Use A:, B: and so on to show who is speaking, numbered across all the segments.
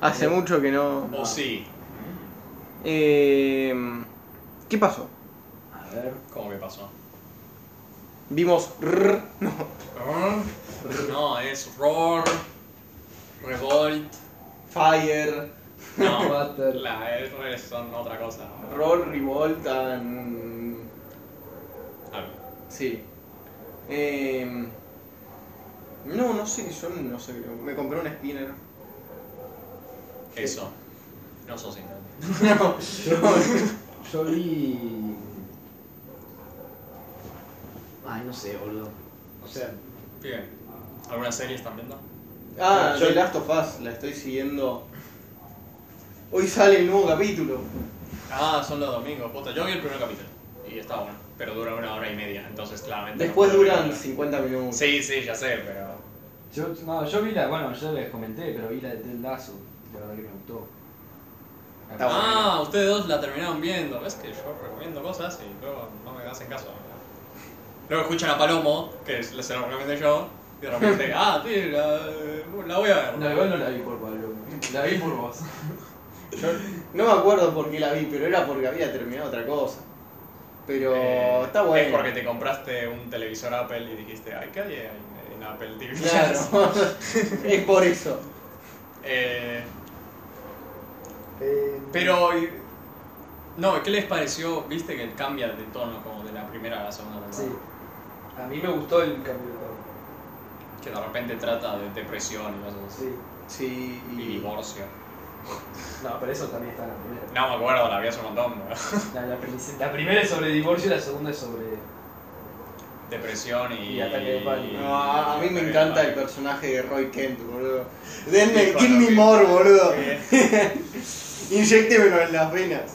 A: Hace mucho que no.
B: O sí.
A: Eh, ¿Qué pasó?
C: A ver.
B: ¿Cómo que pasó?
A: Vimos. rrr, no.
B: Ah. No, es Roar, Revolt.
A: Fire,
B: No,
C: Water.
B: la R son otra cosa.
A: Roll, Revolt, and.
B: Ah,
A: Sí. Em, no, no sé, yo no sé. Me compré un spinner.
B: ¿Qué son? No sos intento.
C: Yo, yo vi. Ay, no sé, boludo. O sea,
B: Bien. ¿Alguna serie están viendo?
A: Ah,
C: Yo-
A: The Last of Us, la estoy siguiendo. Hoy sale el nuevo capítulo.
B: Ah, son los domingos, puta. Yo vi el primer capítulo y está bueno, pero dura una hora y media, entonces claramente. no
A: Después
B: puedo
A: duran
B: verla.
A: 50 minutos.
B: Sí, sí, ya sé, pero.
C: yo, no, yo vi la. Bueno, yo les comenté, pero vi la de Ted Lasso. La verdad que me gustó.
A: Está bueno.
B: ah, ustedes dos la terminaron viendo. Ves que yo recomiendo cosas y luego no me hacen caso. Luego escuchan a Palomo, que es- se lo recomendé yo, y de repente, ah, sí, la, la voy a ver.
C: No, igual no la vi por Pablo. La vi por vos.
A: Yo no me acuerdo por qué la vi, pero era porque había terminado otra cosa. Pero
B: Eh,
A: está bueno.
B: Es porque te compraste un televisor Apple y dijiste, ay, ¿qué hay en, en Apple TV?
A: Claro, es por eso.
B: Eh,
C: Eh,
B: pero, y- no, ¿qué les pareció? Viste que cambia de tono como de la primera a la segunda
D: Sí.
B: temporada.
D: A mí me gustó el capítulo.
B: Que de repente trata de depresión y cosas así.
D: Sí.
A: Sí,
B: Y
A: y.
B: divorcio.
D: No, pero eso también está en la primera.
B: No me acuerdo, la vi hace un montón. pero-
D: La, la pri- la primera es sobre divorcio y la segunda es sobre.
B: Depresión y...
D: Y ataque de pánico.
A: No, a, a mí me
B: ataque de
A: encanta el
B: pánico.
A: personaje de Roy Kent, boludo. Denme,
B: Hijo
A: give
B: de
A: me
B: mil.
A: more, boludo.
B: Sí,
A: Inyéctemelo en las venas.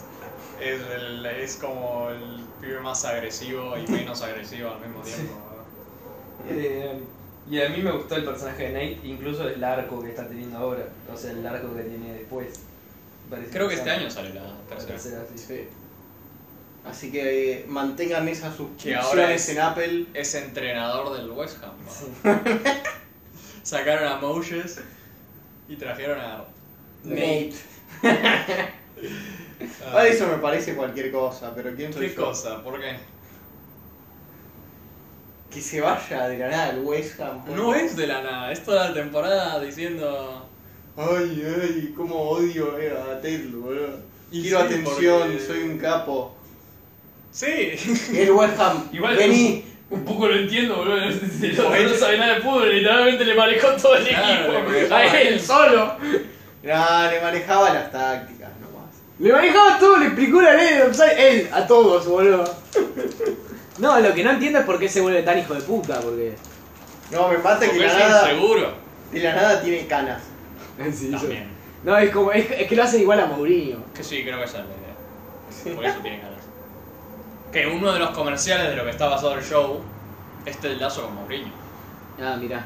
B: Es, el- es como el pibe más agresivo y menos agresivo al mismo tiempo.
D: Eh, y a mí me gustó el personaje de Nate, incluso el arco que está teniendo ahora. O sea, el arco que tiene después. Parece
B: Creo que este
D: interesante.
B: año sale la
D: La
B: tercera.
D: tercera, sí.
A: Sí. Así que eh, mantengan esas
B: ahora
A: suscripciones
B: es-
A: en Apple.
B: Es entrenador del West Ham. ¿no?
D: Sí.
B: Sacaron a Moses y trajeron a
A: Nate.
B: Ah,
A: Ahora eso me parece cualquier cosa, pero ¿quién soy
B: ¿Qué
A: yo?
B: cosa? ¿Por qué?
A: Que se vaya de la nada el West Ham. por
B: No es de la nada, es toda la temporada diciendo.
A: Ay, ay, cómo odio eh, a Ted, boludo.
B: Y
A: Quiero
B: sí,
A: atención,
B: porque-
A: soy un capo.
B: ¡Sí!
A: El West Ham,
D: Igual
A: vení.
D: Un poco lo entiendo, boludo.
B: Bueno.
D: No sabe nada de fútbol, literalmente le manejó todo el
B: Claro, le
D: equipo.
B: manejaba.
D: A él solo.
A: No, le manejaba las tácticas nomás.
C: Le manejaba todo, le explicó la ley de offside, él, a todos, boludo. No, lo que no entiendo es por qué se vuelve tan hijo de puta, porque.
A: No, me mata que
B: Porque
A: de
B: es
A: la nada,
B: inseguro.
A: de la nada tiene canas.
C: Ah, Sí, eso-
B: También.
C: No, es como. Es, es que lo hace igual a Mourinho.
B: Que sí, creo que esa es la idea. Por eso tiene ganas. Que uno de los comerciales de lo que está basado el show es el lazo con Mourinho.
C: Ah, mirá.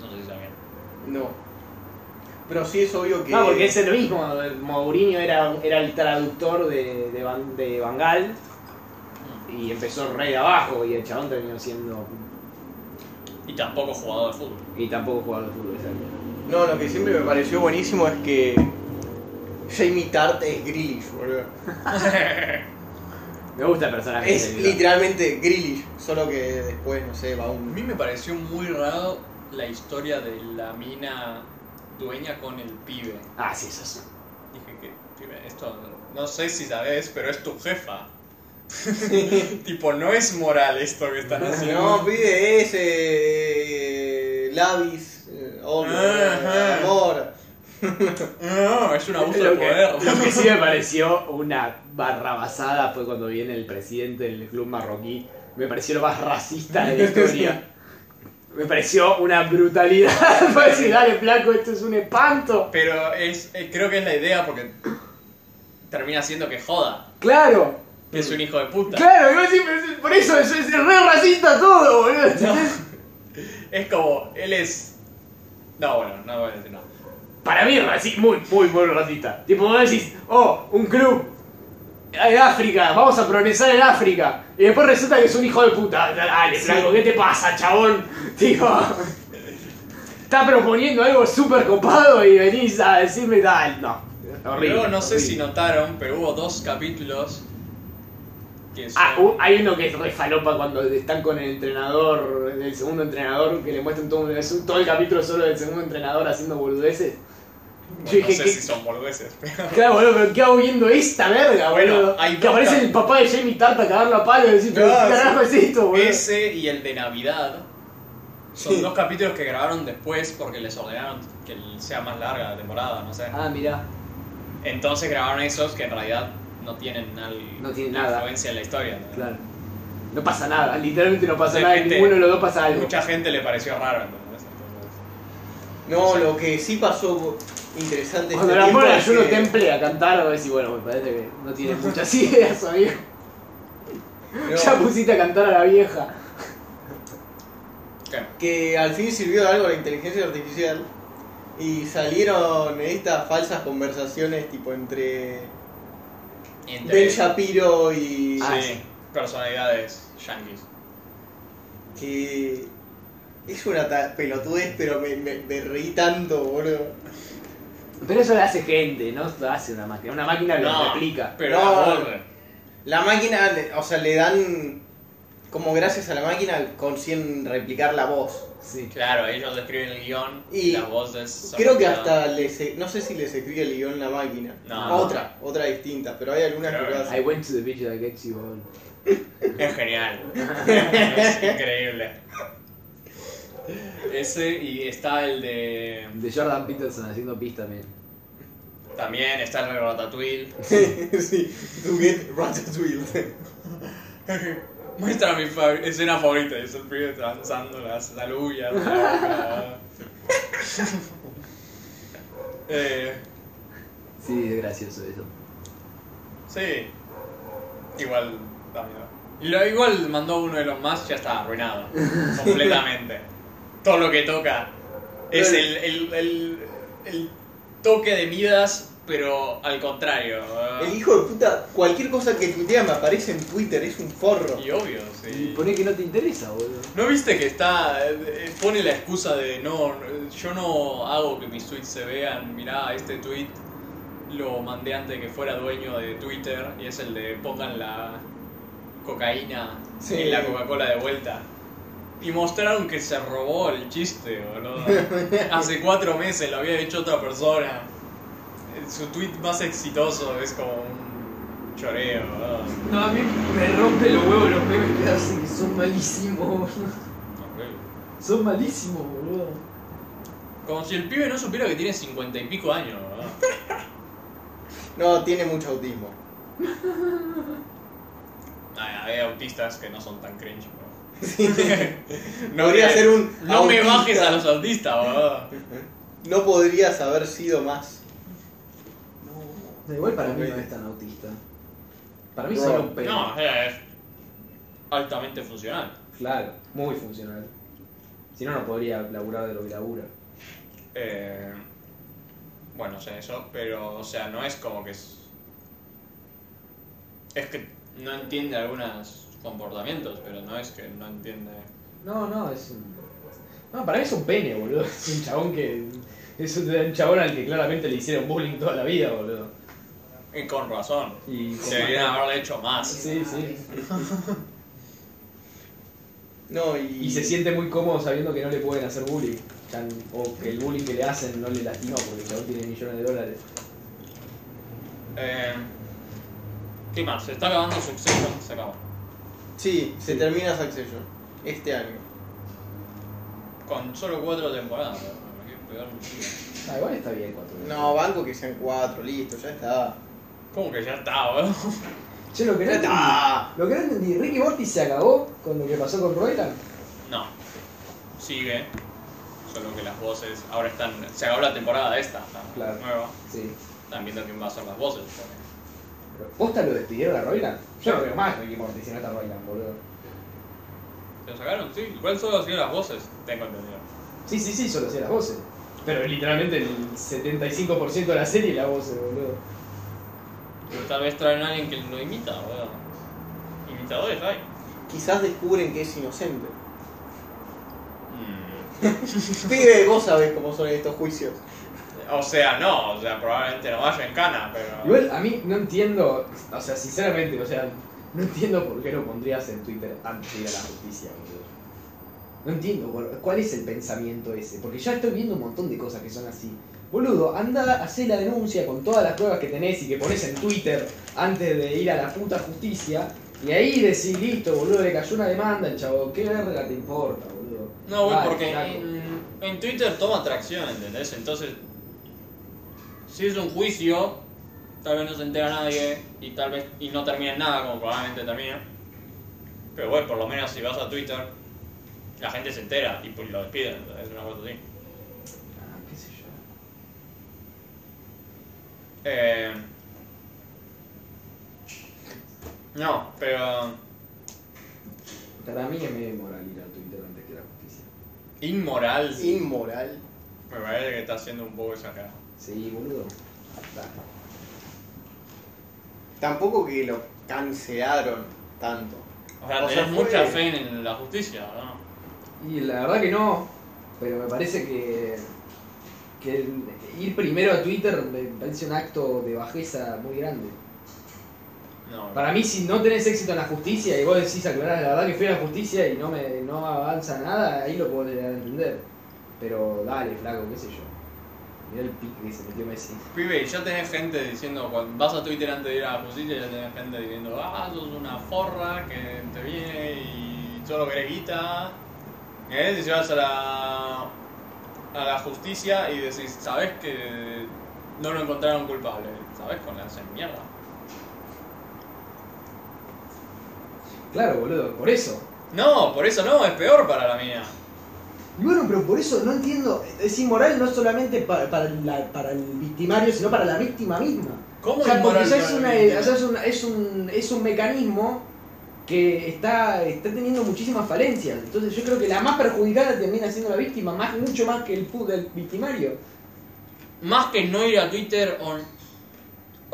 B: No sé si sabían.
A: No. Pero sí es obvio que.
C: No, porque es lo mismo. Mourinho era, era el traductor de, de, Van, de Van Gaal y empezó re de abajo y el chabón terminó siendo.
B: Y tampoco jugador de fútbol.
C: Y tampoco jugaba de fútbol, exacto.
A: No, lo que siempre me pareció buenísimo es que. Jamie Tart es Grealish, boludo.
C: Me gusta el personaje.
A: Es
C: de Mourinho.
A: literalmente Grealish, solo que después, no sé, va a
B: A
A: un.
B: mí me pareció muy raro la historia de la mina dueña con el pibe.
C: Ah, sí, eso es.
B: Dije que, pibe, esto no sé si sabes, pero es tu jefa. tipo, no es moral esto que están haciendo.
A: No, pibe, es. eh, Lavis, eh, Olmo,
B: Ajá.
A: Amor.
B: No, es un abuso de
C: lo, que,
B: poder.
C: lo que sí me pareció una barrabasada fue cuando viene el presidente del club marroquí. Me pareció lo más racista de la historia. Me pareció una brutalidad. Fue decir, dale, flaco, esto es un espanto.
B: Pero es, eh, creo que es la idea porque termina siendo que joda.
C: Claro,
B: Que es un hijo de puta.
C: claro, yo siempre, por eso es, es re racista todo, boludo. ¿entendés?
B: Es como, él es. No, bueno, no voy a decir nada.
C: Para mí es raci- muy, muy, muy racista. Tipo, vos decís, oh, un club en África, vamos a progresar en África. Y después resulta que es un hijo de puta. Dale, flaco, ¿qué te pasa, chabón? Tipo. está proponiendo algo súper copado y venís a decirme tal. No, horrible.
B: Luego no sé
C: horrible.
B: si notaron, pero hubo dos capítulos que son...
C: Ah, u- hay uno que es re falopa cuando están con el entrenador, el segundo entrenador, que le muestran todo, es un- todo el capítulo solo del segundo entrenador haciendo boludeces.
B: bueno,
C: Yo dije,
B: no sé
C: ¿qué-
B: si son boludeces, pero...
C: Claro, boludo, pero ¿qué hago viendo esta verga,
B: Bueno,
C: boludo?
B: hay
C: que
B: dos
C: aparece
B: cap-
C: el papá de Jamie Tarta a cagarlo a palo y decir, pero
A: Ah,
C: ¿qué carajo es esto, boludo?
B: Ese y el de Navidad son
A: Sí.
B: dos capítulos que grabaron después porque les ordenaron que sea más larga la temporada, no sé.
C: Ah, mirá.
B: Entonces grabaron esos que en realidad no tienen al-
C: No tienen
B: la
C: nada.
B: influencia en la historia. ¿no?
C: Claro. No pasa nada, literalmente no pasa
B: De
C: nada,
B: repente,
C: ninguno de los dos pasa algo.
B: Mucha gente le pareció raro, ¿entendés? Entonces,
A: No, lo que sí pasó interesante
C: Cuando
A: este
C: la
A: tiempo
C: ponen a
A: es
C: Juno
A: que-
C: Temple a cantar, vos decís, bueno, me parece que no tiene muchas ideas, amigo.
A: no,
C: Ya pusiste a cantar a la vieja.
B: ¿qué?
A: que al fin sirvió de algo la inteligencia artificial y salieron estas falsas conversaciones tipo entre
B: Entre-
A: Ben Shapiro y
C: Ah,
B: sí,
C: sí.
B: personalidades yankees.
A: que es una ta- pelotudez pero me, me, me reí tanto boludo
C: Pero eso lo hace gente, no lo hace una máquina. Una máquina lo
B: No,
C: replica.
B: Pero
A: No.
B: la borra.
A: la máquina le- o sea le dan como gracias a la máquina consiguen replicar la voz
C: Sí.
B: Claro, ellos describen el guión
A: Y
B: y las voces. son
A: creo que
B: replicadas.
A: hasta les e- no sé si les escribe el guión la máquina
B: Ah, No.
A: otra otra distinta pero hay algunas
B: Creo
A: que
B: que
A: lo hacen.
C: I went to the beach I get you all.
B: Es genial. es increíble. Ese y está el de.
C: De Jordan Peterson haciendo pis también.
B: También está el de Ratatouille.
A: sí, to get ratatouille.
B: Muestra mi favor- escena favorita. Es el pibe transando las alubias. la boca. eh,
C: Sí, es gracioso eso.
B: sí. Igual da miedo. Y lo- igual mandó uno de los más, ya está arruinado. completamente. Todo lo que toca es el, el, el, el toque de Midas, pero al contrario. ¿verdad?
A: El hijo de puta, cualquier cosa que tuitea me aparece en Twitter, es un forro.
B: Y obvio,
C: Y
B: sí.
C: poné que no te interesa, boludo.
B: ¿No viste que está. eh, eh, pone la excusa de no, eh, yo no hago que mis tweets se vean, mirá, este tweet lo mandé antes de que fuera dueño de Twitter y es el de pongan la cocaína
A: Sí.
B: en la Coca-Cola de vuelta. Y mostraron que se robó el chiste, boludo. Hace cuatro meses lo había hecho otra persona. Eh, Su tweet más exitoso es como un choreo, boludo.
D: No, a mí me rompe los huevos los memes que hacen, que son malísimos, boludo.
B: Horrible.
D: Son malísimos, boludo.
B: Como si el pibe no supiera que tiene cincuenta y pico años, ¿verdad?
A: No, tiene mucho autismo.
B: Ah, Hay autistas que no son tan cringe, bro.
A: No podría
B: me-
A: ser un.
B: No me
A: autista.
B: bajes a los autistas, boludo.
A: No podrías haber sido más.
D: No, igual para mí no es tan autista. Para mí solo un pedo.
B: No, es altamente funcional.
D: Claro, muy funcional. Si no, no podría laburar de lo que labura.
B: Eh, bueno, sé eso, pero, o sea, no es como que es. Es que no entiende algunos comportamientos, pero no es que no entiende.
D: No, no, es un... No, para mí es un pene, boludo. Es un chabón que... Es un un chabón al que claramente le hicieron bullying toda la vida, boludo.
B: Y con razón.
D: Y con-
B: Deberían haberle hecho más.
D: Sí, sí.
A: No, y.
D: Y se siente muy cómodo sabiendo que no le pueden hacer bullying. Tan- O que el bullying que le hacen no le lastima porque el chabón tiene millones de dólares.
B: Eh, ¿Qué más? Se está acabando Succession, se acabó.
A: Sí, se termina Succession. Este año.
B: Con solo cuatro temporadas. ¿no? Me quiero pegar un tiro.
D: Ah, igual está bien cuatro veces.
A: No, banco que sean cuatro, listo, ya está.
B: ¿Cómo que ya está, boludo?
D: Che, lo que no
A: Ya
D: entendí,
A: está.
D: lo que no entendí, Ricky Morty se acabó con lo que pasó con Royland.
B: No. Sigue. Solo que las voces ahora están. Se acabó la temporada esta, la
D: Claro.
B: nueva.
D: Sí.
B: Están viendo quién va a hacer las voces. porque-
D: ¿Posta lo despidieron a Royland? Yo no veo más Ricky Morty si no está Royland, boludo.
B: ¿Lo sacaron? Sí. Igual solo hacían las voces, tengo entendido.
D: Sí, sí, sí, solo hacía las voces. Pero literalmente el 75% de la serie la voz, boludo.
B: Pero tal vez traen a alguien que lo imita, boludo. Imitadores hay.
A: Quizás descubren que es inocente.
B: Mm.
A: Pibe, vos sabés cómo son estos juicios.
B: O sea, no, o sea, probablemente no vaya en cana, pero.
C: Igual a mí no entiendo, o sea, sinceramente, o sea, no entiendo por qué lo pondrías en Twitter antes de ir a la justicia, boludo. No entiendo, por- ¿cuál es el pensamiento ese? Porque ya estoy viendo un montón de cosas que son así. Boludo, anda, hacé la denuncia con todas las pruebas que tenés y que pones en Twitter antes de ir a la puta justicia. Y ahí decís, listo, boludo, le cayó una demanda al chavo. ¿Qué verga te importa, boludo?
B: No, güey,
C: Dale,
B: porque
C: flaco.
B: en, en Twitter toma tracción, ¿entendés? Entonces, si es un juicio, tal vez no se entera nadie y tal vez y no termina en nada, como probablemente termina. Pero bueno, por lo menos si vas a Twitter, la gente se entera y pues, lo despiden, es una cosa así.
D: Ah, qué sé yo.
B: Eh, no, pero
C: Para mí es medio inmoral ir a Twitter antes que la justicia.
B: inmoral
A: Inmoral.
B: me parece que está siendo un poco exagerado.
C: Sí, boludo. Dale.
A: Tampoco que lo cancelaron tanto.
B: O sea,
A: O sea,
B: tenés
A: fue-
B: mucha fe en la justicia, ¿no?
D: Y la verdad que no, pero me parece que, que el- ir primero a Twitter me parece un acto de bajeza muy grande.
B: No.
D: Para mí, si no tenés éxito en la justicia y vos decís aclarar la verdad que fui a la justicia y no me no avanza nada, ahí lo puedo llegar a entender. Pero dale, flaco, qué sé yo. Mirá el pique que se metió Messi.
B: Pibe, ya tenés gente diciendo, cuando vas a Twitter antes de ir a la justicia, ya tenés gente diciendo, ah, sos una forra que te viene y solo querés guita. ¿Eh? Y llevas a la, a la justicia y decís, sabés que no lo encontraron culpable. ¿Sabés con la hacen mierda?
D: Claro, boludo, por eso.
B: No, por eso no, es peor para la mía.
E: Y bueno, pero por eso no entiendo, es inmoral no solamente para, para, la- para el victimario, sino para la víctima misma.
B: ¿Cómo
D: O sea, porque
B: inmoral
D: ya
B: para
D: es,
B: la
D: una-
B: mía?
D: o sea, es un, es, un, es un mecanismo que está, está teniendo muchísimas falencias. Entonces yo creo que la más perjudicada termina siendo la víctima, más mucho más que el, pu- del victimario.
B: Más que no ir a Twitter o,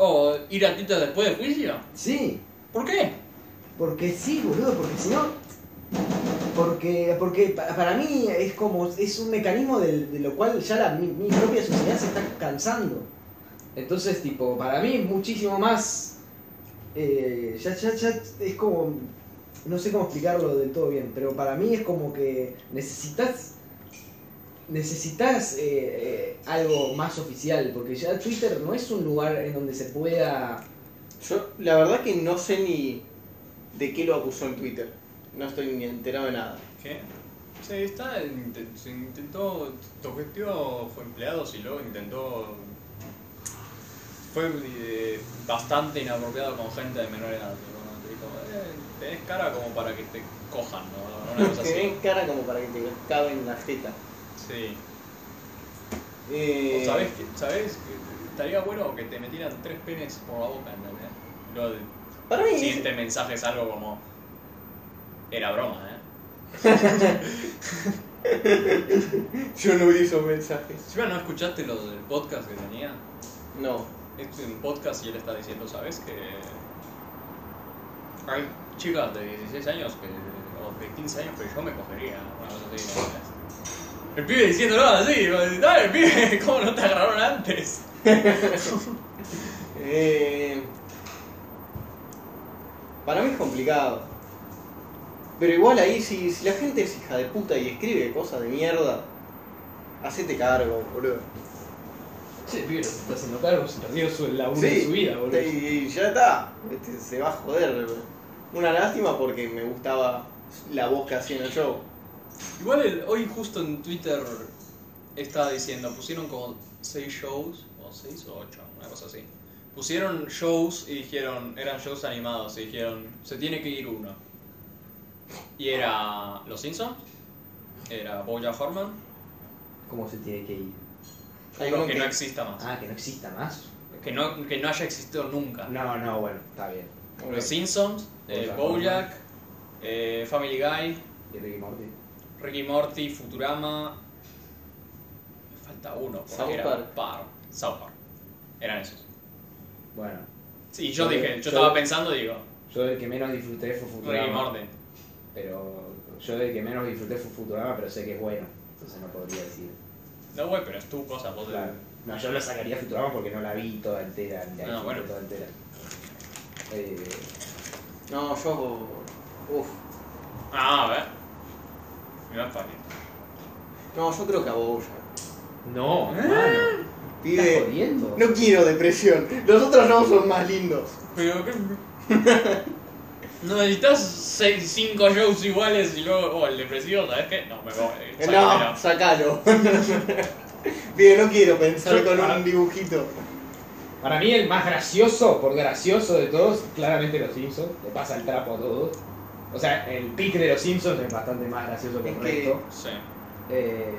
B: o ir a Twitter después del juicio.
E: Sí,
B: ¿Por qué?
E: porque sí, boludo, porque si no... Porque, porque pa- para mí es como, es un mecanismo del- de, lo cual ya la, mi, mi propia sociedad se está cansando.
D: Entonces, tipo, para mí es muchísimo más...
E: Eh, ya, ya, ya es como, no sé cómo explicarlo del todo bien, pero para mí es como que necesitas necesitas eh, eh, algo más oficial, porque ya Twitter no es un lugar en donde se pueda...
A: Yo, la verdad, que no sé ni de qué lo acusó en Twitter. No estoy ni enterado de nada.
B: ¿Qué? Se, está, inte- se intentó, Toqueteo fue empleado y luego intentó... Fue eh, bastante inapropiado con gente de menor edad. tipo, ¿no? Te dijo, eh, tenés cara como para que te cojan, ¿no? Una cosa
A: Te
B: así.
A: ven cara como para que te caben la jeta.
B: Sí.
A: Eh,
B: O sabés, que, sabés que estaría bueno que te metieran tres penes por la boca, ¿entendés? Luego de-
A: Para mí,
B: el siguiente mensaje es algo como... Era broma, ¿eh?
A: yo no vi esos mensajes.
B: Encima, ¿no escuchaste los del podcast que tenía?
A: No.
B: Este es un podcast y él está diciendo, ¿sabes? Que hay chicas de 16 años que, o de 15 años que yo me cogería. una cosa así, ¿no? El pibe diciéndolo así, dale, pibe, ¿cómo no te agarraron antes?
A: Eh, para mí es complicado. Pero igual ahí, si, si la gente es hija de puta y escribe cosas de mierda, hacete cargo, boludo.
D: Che, pibe, se está haciendo cargo, se perdió su, el laburo de su vida, boludo.
A: y, y ya está. Este, se va a joder. Una lástima porque me gustaba la voz que hacía en el show.
B: Igual el- hoy justo en Twitter estaba diciendo, pusieron como 6 shows, o 6 o 8, una cosa así. Pusieron shows y dijeron, eran shows animados, y dijeron, se tiene que ir uno. Y era Los Simpsons, era Boya Horman,
E: ¿Cómo se tiene que ir?
A: Hay
B: uno
A: uno
B: que,
A: que-
B: no exista más,
E: Ah, que no exista más.
B: que no, que no haya existido nunca.
E: No, no, bueno, está bien.
B: Los Simpsons, eh,
E: Bojack
B: Bojack, eh, Family Guy,
E: ¿Y Ricky Morty?
B: Ricky Morty, Futurama. Me falta uno, porque
A: South
B: era
A: Park.
B: par. South Park. Eran esos.
E: Bueno,
B: Sí, yo
E: Yo-
B: dije, yo,
E: yo-
B: estaba pensando, digo,
E: yo el que menos disfruté fue
B: Ricky Morty.
E: Pero yo del que menos disfruté fue Futurama, pero sé que es bueno.
C: Entonces no podría decir.
B: No, güey, pero es tu cosa, vos
C: Claro. No, yo lo sacaría a Futurama porque no la vi toda entera, ni la
B: Ah,
C: disfruté
B: bueno.
C: toda entera. Eh,
A: No, yo. Uf.
B: Ah, a ver. Mirá, Fabio.
A: No, yo creo que a Bojack.
C: Ah,
F: No,
C: ¿Estás
A: Pibe,
C: jodiendo?
A: no quiero depresión. Los otros no son más lindos.
B: Pero qué. No necesitas 5 shows iguales y luego. Oh, el depresivo, ¿sabes qué? No, me voy. eh,
A: No,
B: sácamelo.
A: sacalo. Pibe, no quiero pensar
B: Yo-
A: con
B: ah.
A: un dibujito.
C: Para mí el más gracioso, por gracioso de todos, claramente los Simpsons, le pasa el trapo a todos. O sea, el pic de los Simpsons es bastante más gracioso que
A: Es
C: el
A: que-
C: resto.
B: Sí.
C: Eh,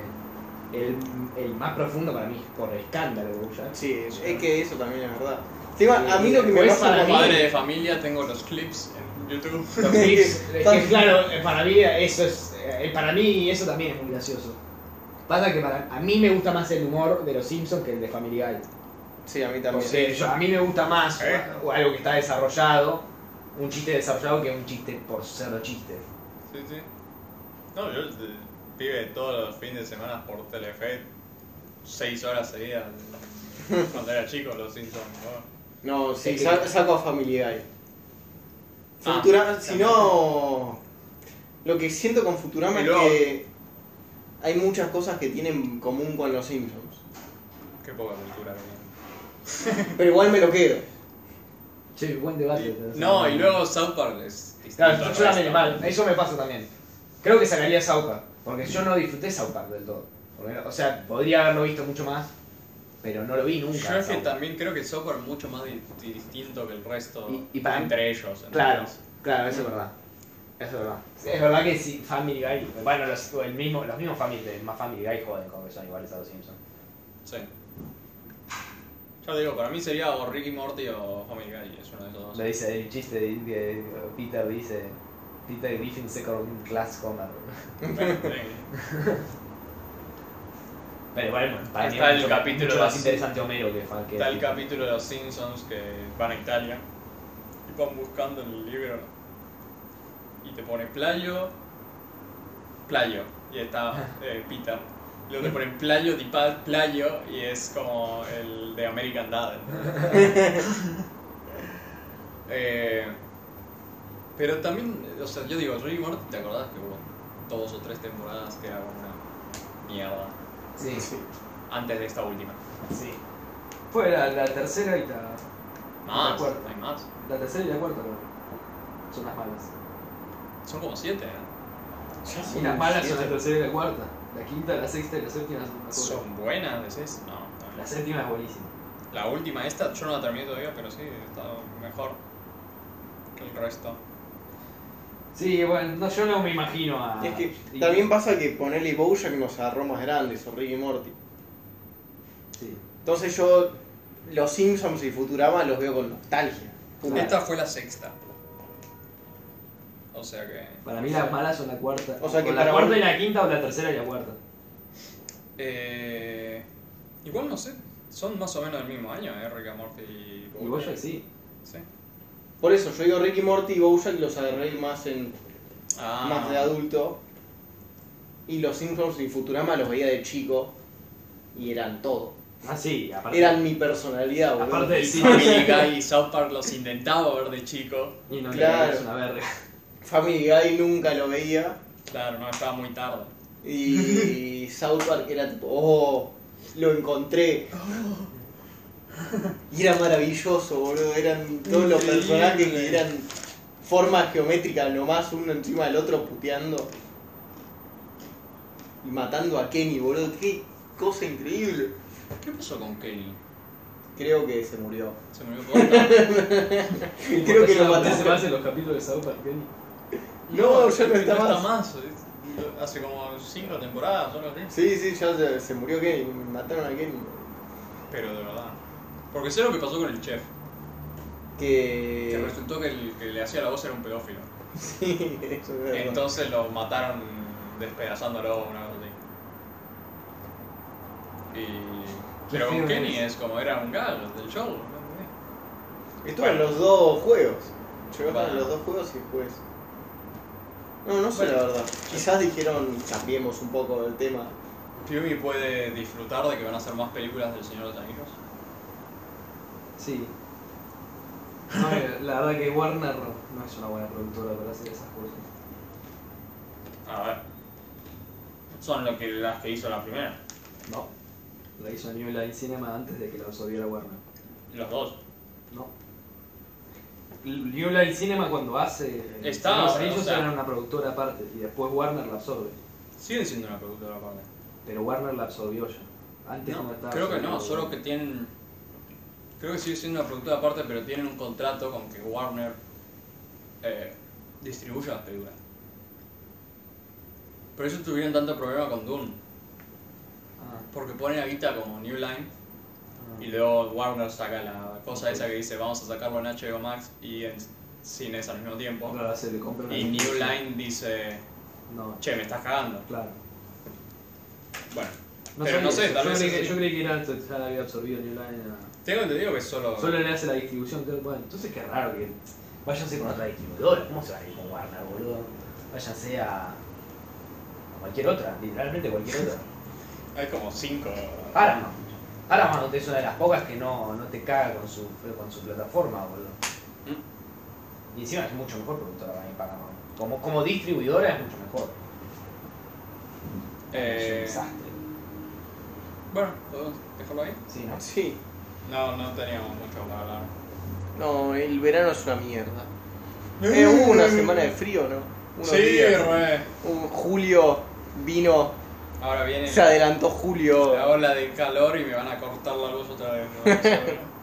C: el, el más profundo para mí es por escándalo, Bojack.
A: Sí, es que eso también es verdad. Encima, a mí lo que me
C: Pues
A: pasa
C: para
A: con
C: mí-
B: Padre de familia, tengo los clips en YouTube.
C: Los clips, es que, claro, eh, para mí eso es, eh, para mí eso también es muy gracioso. Pasa que para, a mí me gusta más el humor de los Simpsons que el de Family Guy.
A: Sí, a mí
C: O
A: también.
C: sea, yo- a mí me gusta más
B: ¿Eh?
C: o- o algo que está desarrollado, un chiste desarrollado que un chiste por ser chiste.
B: Sí, sí. No, yo eh, pibe todos los fines de semana por Telefe, seis horas seguidas. Cuando era chico, los Simpsons. ¿no?
A: No, sí,
C: Es que-
A: sa- saco a Family Guy.
B: Ah,
A: Futurama, si
B: también.
A: no. Lo que siento con Futurama
B: Y
A: es
B: luego-
A: que hay muchas cosas que tienen en común con los Simpsons.
B: Qué poca cultura. ¿no?
A: Pero igual me lo quedo.
C: Che, buen debate.
B: Y- No, y luego South Park es distinto
C: Claro,
B: al
C: yo también,
B: resto.
C: mal, eso me pasa también. Creo que sacaría South Park, porque yo no disfruté South Park del todo. Porque, o sea, podría haberlo visto mucho más, pero no lo vi nunca.
B: Yo es que
C: South Park.
B: también creo que South Park es mucho más di- di- distinto que el resto
C: Y- y para-
B: entre ellos. ¿entendés?
C: Claro, claro, eso es verdad. Eso es verdad. Es verdad que mm. sí, Family Guy. Bueno, los, o el mismo, los mismos Family, el más Family Guy joden con que son iguales a los Simpsons.
B: Sí. Yo te digo, para mí sería o Ricky Morty o Family Guy, es uno de esos dos.
C: Lo dice el chiste de que Peter dice. Peter Griffin second class Homer.
B: Sí.
C: Pero bueno, para mí
B: Está
C: es
B: el
C: mucho,
B: capítulo
C: mucho
B: de-
C: más interesante Homero que fan que.
B: Está el capítulo de los Simpsons que van a Italia y van buscando en el libro y te pone playo, playo, y está eh, Peter. Y luego te ponen playo, di pa- playo, y es como el de American Dad. Eh, pero también, o sea, yo digo, Rick y Morty, ¿te acordás que hubo dos o tres temporadas que era una mierda
C: Sí,
B: antes de esta última?
D: Sí. Fue la, la tercera y la, De
B: Más,
D: acuerdo.
B: hay más.
D: la tercera y la cuarta, creo. Son las malas.
B: Son como siete, ¿eh?
D: Y las malas son la tercera y la cuarta. La quinta, la sexta y la séptima son una cosa.
B: Son buenas, decís. No, no.
D: La séptima es buenísima.
B: La última, esta, yo no la terminé todavía, pero sí, está mejor que el resto.
D: Sí, bueno, no, yo no me imagino a.
A: Es que
D: y-
A: también pasa que ponerle Bojack nos agarró más grandes, o Ricky Morty.
D: Sí.
A: Entonces yo los Simpsons y Futurama los veo con nostalgia. Pura.
B: Esta fue la sexta. O sea que.
D: Para mí las malas son la cuarta.
A: O sea que
D: la
A: para
D: cuarta
A: vos-
D: y la quinta o la tercera y la cuarta.
B: Eh, igual no sé, son más o menos del mismo año, ¿eh? Rick and Morty y
D: Y Bojack sí.
B: Sí.
A: Por eso yo digo Ricky Morty y Bojack los agarré más en
B: Ah,
A: más de adulto. Y los Simpsons y Futurama los veía de chico y eran todo.
D: Ah, sí, aparte.
A: Eran mi personalidad, boludo.
D: Aparte del
B: Y
D: cine.
B: Family Guy y South Park los intentaba ver de chico.
D: Y no
A: Claro.
D: claro. una verga.
A: Family Guy nunca lo veía.
B: Claro, no, estaba muy tarde.
A: Y South Park era tipo, oh, lo encontré.
B: Oh.
A: Y era maravilloso, boludo. Eran todos los
B: Increíble.
A: personajes que eran formas geométricas nomás, uno encima del otro puteando. Y matando a Kenny, boludo. Qué cosa increíble.
B: ¿Qué pasó con Kenny?
A: Creo que se murió.
B: Se murió corta.
A: Creo que lo maté.
D: Se basa en los capítulos de South Park, Kenny.
A: No, ya no está
B: no
A: más.
B: es- Hace como cinco temporadas, solo así.
A: Sí, sí, ya se, se murió Kenny. Mataron a Kenny.
B: Pero de verdad. Porque sé lo que pasó con el chef. Que
A: Que.
B: resultó que el que le hacía la voz era un pedófilo.
A: Sí, eso es verdad.
B: Entonces lo mataron despedazándolo o una cosa así. Y... Pero
D: feo
B: con Kenny
D: es.
B: es como era un gag del show. ¿no?
A: Estuvieron los dos juegos. Yo
B: Bueno.
A: los dos juegos y después. No, no sé
B: Bueno.
A: la verdad. Quizás dijeron, cambiemos un poco el tema.
B: Timmy puede disfrutar de que van a hacer más películas del Señor de los Anillos.
D: Sí. No, la- la verdad que Warner no es una buena productora para hacer esas cosas.
B: A ver. Son lo que, las que hizo la primera.
D: No. La hizo New Line Cinema antes de que la absorbiera Warner.
B: Los dos.
D: No. New Line Cinema cuando hace eh,
B: Está,
D: Los
B: o
D: Anillos
B: sea-
D: era una productora aparte y después Warner la absorbe.
B: Siguen siendo una productora aparte.
D: Pero Warner la absorbió ya. Antes no,
B: No,
D: estaba.
B: creo que no,
D: absorbido.
B: solo que tienen. Creo que sigue siendo una productora aparte, pero tienen un contrato con que Warner eh, distribuya las películas. Por eso tuvieron tanto problema con Dune,
D: Ah,
B: porque ponen a Guita como New Line
D: ah.
B: y luego Warner saca la cosa esa que dice vamos a sacarlo en HBO Max y en cines al mismo tiempo.
D: ah. Claro, se le compra una
B: Y New
D: licencia.
B: Line dice,
D: No,
B: che, me estás cagando.
D: claro.
B: Bueno, pero no
D: sabía
B: sé,
D: eso.
B: tal
D: yo
B: vez.
D: creí, que,
B: es-
D: yo creí que era antes, ya la había absorbido New Line. era-
B: Tengo entendido que es solo.
D: Solo le hace la distribución. claro, Bueno,
C: Entonces qué raro que váyanse con otra distribuidora. ¿Cómo se van a ir con Warner, boludo? Váyanse a, a cualquier otra, literalmente cualquier otra.
B: Hay como cinco.
D: Ah,
C: Paramount. Paramount es una de las pocas que no, no te caga con su, con su plataforma, boludo. Y encima es mucho mejor productora para mí Paramount. Como, como distribuidora es mucho mejor. Es un
B: Eh,
C: desastre.
B: Bueno, ¿podemos dejarlo ahí?
C: Sí, ¿no?
A: Sí.
B: No, no teníamos mucho para hablar.
A: No, el verano es una mierda. Eh, hubo una semana de frío, ¿no? Unos
B: Sí,
A: días.
B: re.
A: Un julio vino,
B: Ahora viene
A: Eh. se adelantó julio.
B: la ola de calor y me van a cortar la luz otra vez. ¿no?